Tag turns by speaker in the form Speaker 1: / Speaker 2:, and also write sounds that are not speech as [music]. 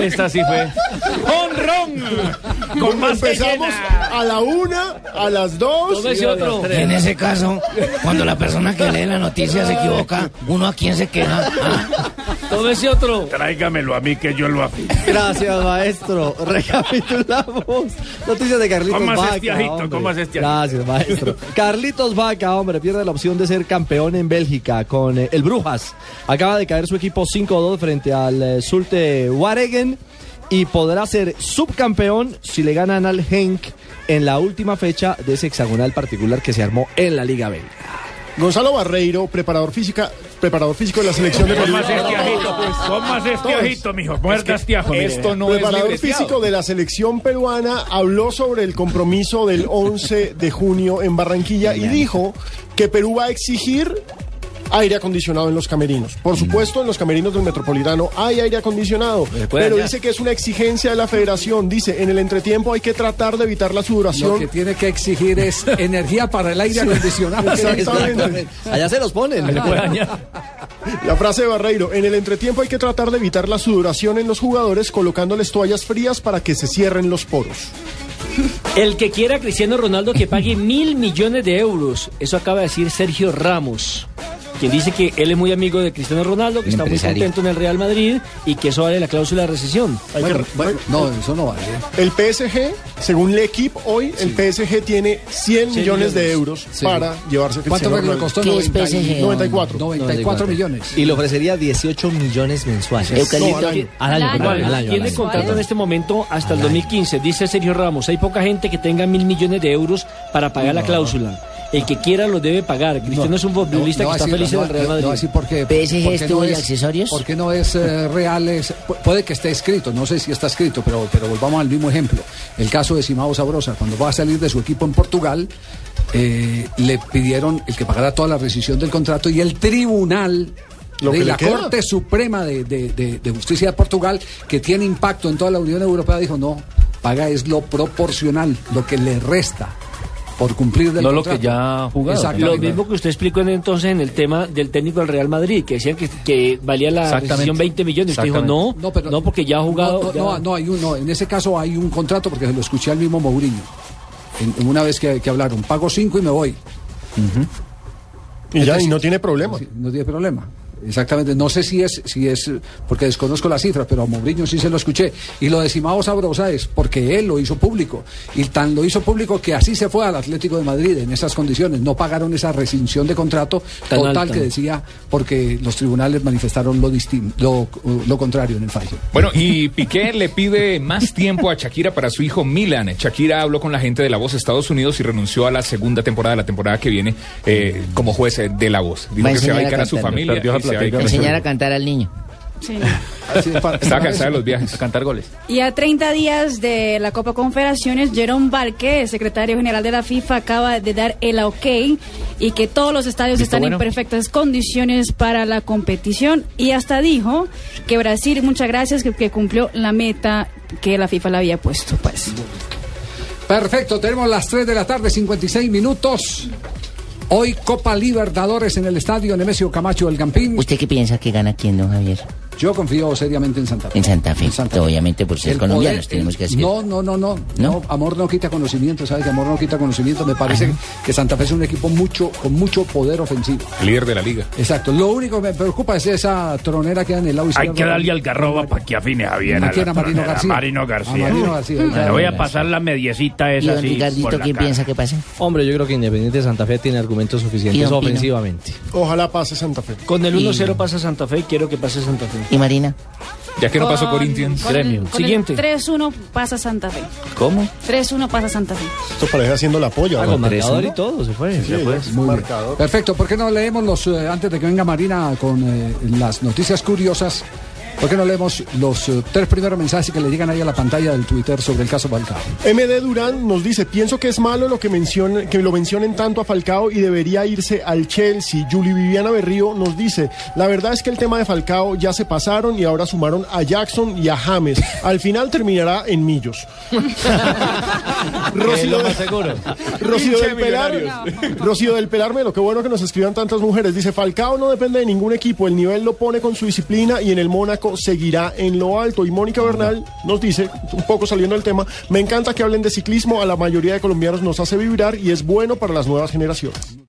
Speaker 1: Esta sí fue.
Speaker 2: Empezamos a la una, a las dos.
Speaker 3: Ese otro.
Speaker 4: En ese caso, cuando la persona que lee la noticia se equivoca, ¿uno a quién se queja? Ah,
Speaker 1: Tráigamelo a mí que yo lo afirmo.
Speaker 3: Gracias, maestro. Recapitulamos. Noticias de Carlitos
Speaker 1: ¿Cómo haces,
Speaker 3: Vaca.
Speaker 1: tiajito?
Speaker 3: hombre.
Speaker 1: ¿Cómo haces, tiajito?
Speaker 3: Gracias, maestro. Carlitos Vaca, hombre, pierde la opción de ser campeón en Bélgica con eh, el Brujas. Acaba de caer su equipo 5-2 frente al eh, Zulte Waregem y podrá ser subcampeón si le ganan al Henk en la última fecha de ese hexagonal particular que se armó en la Liga Belga.
Speaker 2: Gonzalo Barreiro, preparador física, preparador físico de la selección de
Speaker 1: ¿Cómo
Speaker 2: Colombia.
Speaker 1: haces, tiajito? ¿Cómo haces, tiajito, este mijo? Muerdas, tiajo. mire.
Speaker 2: preparador físico de la selección peruana habló sobre el compromiso del 11 de junio en Barranquilla y dijo que Perú va a exigir aire acondicionado en los camerinos.
Speaker 5: Mm.
Speaker 2: Por supuesto, en los camerinos del Metropolitano hay aire acondicionado, pero dice que es una exigencia de la federación. Dice, en el entretiempo hay que tratar de evitar la
Speaker 5: Lo
Speaker 2: sudoración.
Speaker 5: que tiene que
Speaker 2: [laughs]
Speaker 5: exigir es energía para el aire
Speaker 3: [laughs]
Speaker 5: acondicionado.
Speaker 2: Exactamente.
Speaker 3: Allá se los ponen.
Speaker 2: La frase de Barreiro, en el entretiempo hay que tratar de evitar la sudoración en los jugadores colocándoles toallas frías para que se cierren los poros.
Speaker 6: El que quiera a Cristiano Ronaldo que pague mil millones de euros. Eso acaba de decir Sergio Ramos, quien dice que él es muy amigo de Cristiano Ronaldo, que
Speaker 4: El
Speaker 6: está
Speaker 4: empresario.
Speaker 6: muy contento en el Real Madrid y que eso vale la cláusula de recesión.
Speaker 5: Bueno, bueno, no, eso no vale.
Speaker 2: El PSG, según L'Equipe hoy, el PSG tiene 100 millones de euros
Speaker 5: Sí.
Speaker 2: para llevarse a
Speaker 5: ¿Cuánto
Speaker 2: Cristiano
Speaker 5: fue que le
Speaker 2: Ronaldo.
Speaker 5: costó? Eh,
Speaker 4: ¿Qué es PSG?
Speaker 2: 94.
Speaker 5: 94 millones.
Speaker 3: Y le ofrecería 18 millones mensuales.
Speaker 2: Eucalipto. al año.
Speaker 3: Al año,
Speaker 7: Al
Speaker 3: perdón,
Speaker 7: año.
Speaker 3: al año, al
Speaker 6: Tiene
Speaker 3: año.
Speaker 6: contrato en este momento hasta el 2015, dice Sergio Ramos. Hay poca gente que tenga mil millones de euros para pagar la cláusula. El que quiera lo debe pagar. Cristiano es un futbolista que está feliz en el Real Madrid.
Speaker 5: así porque,
Speaker 4: PSG estuvo en accesorios.
Speaker 5: Porque no es eh, real, es- pu- puede que esté escrito, no sé si está escrito, pero, pero volvamos al mismo ejemplo. El caso de Simao Sabrosa, cuando va a salir de su equipo en Portugal, eh, le pidieron el que pagara toda la rescisión del contrato y el tribunal
Speaker 2: Lo que
Speaker 5: de
Speaker 2: le
Speaker 5: la
Speaker 2: queda.
Speaker 5: Corte Suprema de, de- de- de Justicia de Portugal, que tiene impacto en toda la Unión Europea, dijo no, paga es lo proporcional, lo que le resta por cumplir del
Speaker 1: No lo
Speaker 5: contrato.
Speaker 1: que ya ha jugado.
Speaker 6: Lo
Speaker 5: Exactamente.
Speaker 6: mismo que usted explicó en- entonces en el tema del técnico del Real Madrid, que decían que, que valía la
Speaker 1: Exactamente.
Speaker 6: rescisión 20 millones. Usted dijo, no, no, porque ya ha jugado.
Speaker 5: No,
Speaker 6: ya-
Speaker 5: no, no, hay un, no, en ese caso hay un contrato porque se lo escuché al mismo Mourinho. En, en una vez que, que hablaron, pago 5 y me voy.
Speaker 2: Y ya, y no tiene problema.
Speaker 5: Sí, No tiene problema. Exactamente, no sé si es, si es, eh, porque desconozco las cifras, pero a Mourinho sí se lo escuché. Y lo de Simao Sabrosa es porque él lo hizo público. Y tan lo hizo público que así se fue al Atlético de Madrid en esas condiciones. No pagaron esa rescisión de contrato
Speaker 6: Tan
Speaker 5: total
Speaker 6: alta.
Speaker 5: que decía, porque los tribunales manifestaron lo, distin- lo, lo contrario en el fallo.
Speaker 8: Bueno, y Piqué le pide más tiempo a Shakira para su hijo Milan. Shakira habló con la gente de La Voz Estados Unidos y renunció a la segunda temporada, la temporada que viene, eh, como juez eh, de La Voz. Dijo
Speaker 4: Va a
Speaker 8: que se va a
Speaker 4: enseñar a
Speaker 8: dedicar a su
Speaker 4: cantar.
Speaker 8: familia.
Speaker 1: Perdió
Speaker 8: y
Speaker 1: la
Speaker 8: se va a
Speaker 1: plática.
Speaker 8: dedicar a su-
Speaker 4: enseñar a cantar al niño.
Speaker 5: Así de fácil.
Speaker 8: Estaba cansada de los viajes.
Speaker 1: Cantar goles.
Speaker 7: Y a 30 días de la Copa Confederaciones, Jerome Barqué, secretario general de la FIFA, acaba de dar el ok y que todos los estadios
Speaker 1: ¿Visto
Speaker 7: están
Speaker 1: bueno?
Speaker 7: en perfectas condiciones para la competición. Y hasta dijo que Brasil, muchas gracias, que, que cumplió la meta que la FIFA le había puesto. Pues.
Speaker 5: Perfecto, tenemos las 3 de la tarde, 56 minutos. Hoy Copa Libertadores en el estadio Nemesio Camacho del Campín.
Speaker 4: ¿Usted qué piensa que gana quién, don Javier?
Speaker 5: Yo confío seriamente en Santa Fe.
Speaker 4: En Santa Fe. Obviamente, por ser
Speaker 5: El
Speaker 4: colombianos,
Speaker 5: poder-
Speaker 4: tenemos que
Speaker 5: el-
Speaker 4: hacer.
Speaker 5: No, no, no, no, no. Amor no quita conocimiento, ¿sabes? Que amor no quita conocimiento. Me parece que Santa Fe es un equipo mucho, con mucho poder ofensivo.
Speaker 8: Líder de la liga.
Speaker 5: Exacto. Lo único que me preocupa es esa tronera que da en el lado
Speaker 1: Hay
Speaker 5: izquierdo.
Speaker 1: que darle al garroba para que afine a bien.
Speaker 5: ¿A quién?
Speaker 1: la
Speaker 5: ¿A Marino
Speaker 1: tronera.
Speaker 5: García?
Speaker 1: Marino García.
Speaker 5: A Marino García,
Speaker 1: Me
Speaker 5: claro.
Speaker 1: voy a pasar la mediecita
Speaker 4: ¿Y
Speaker 1: esa
Speaker 4: don
Speaker 1: así. por
Speaker 4: Ricardito
Speaker 1: la
Speaker 4: quién
Speaker 1: cara.
Speaker 4: piensa que pasa?
Speaker 3: Hombre, yo creo que Independiente de Santa Fe tiene argumentos
Speaker 4: ¿Y
Speaker 3: suficientes
Speaker 4: don Pino?
Speaker 3: ofensivamente.
Speaker 2: Ojalá pase Santa Fe.
Speaker 6: Con el
Speaker 4: Y-
Speaker 6: 1-0 pasa Santa Fe, quiero que pase Santa Fe.
Speaker 4: ¿Y Marina?
Speaker 8: Ya que no pasó Corinthians.
Speaker 7: Con el-
Speaker 8: Gremio.
Speaker 7: con el
Speaker 8: Siguiente.
Speaker 7: 3-1 pasa Santa Fe.
Speaker 2: ¿Cómo?
Speaker 7: 3-1 pasa Santa Fe.
Speaker 2: Esto parece haciendo la polla.
Speaker 3: Ah,
Speaker 2: ¿no?
Speaker 3: con marcador y todo, se fue.
Speaker 2: Sí,
Speaker 3: se fue.
Speaker 2: muy marcador.
Speaker 5: Perfecto, ¿por qué no leemos los, eh, antes de que venga Marina con eh, las noticias curiosas, ¿por qué no leemos los eh, tres primeros mensajes que le llegan ahí a la pantalla del Twitter sobre el caso Balcao?
Speaker 2: MD Durán nos dice, pienso que es malo lo que, mencionen- que lo mencionen tanto a Falcao y debería irse al Chelsea. Julie Viviana Berrío nos dice, la verdad es que el tema de Falcao ya se pasaron y ahora sumaron a Jackson y a James. Al final terminará en
Speaker 3: [laughs]
Speaker 2: Millos.
Speaker 3: Es
Speaker 2: Rocío,
Speaker 3: lo más
Speaker 2: de-
Speaker 3: seguro.
Speaker 2: [laughs] Rocío
Speaker 3: Hincha de
Speaker 2: del Pelar, Rocío del Pelar, me lo que bueno que nos escriban tantas mujeres. Dice, Falcao no depende de ningún equipo, el nivel lo pone con su disciplina y en el Mónaco seguirá en lo alto. Y Mónica Bernal nos dice, un poco saliendo del tema, me encanta que hablen de ciclismo, a la mayoría de colombianos nos hace vibrar y es bueno para las nuevas generaciones.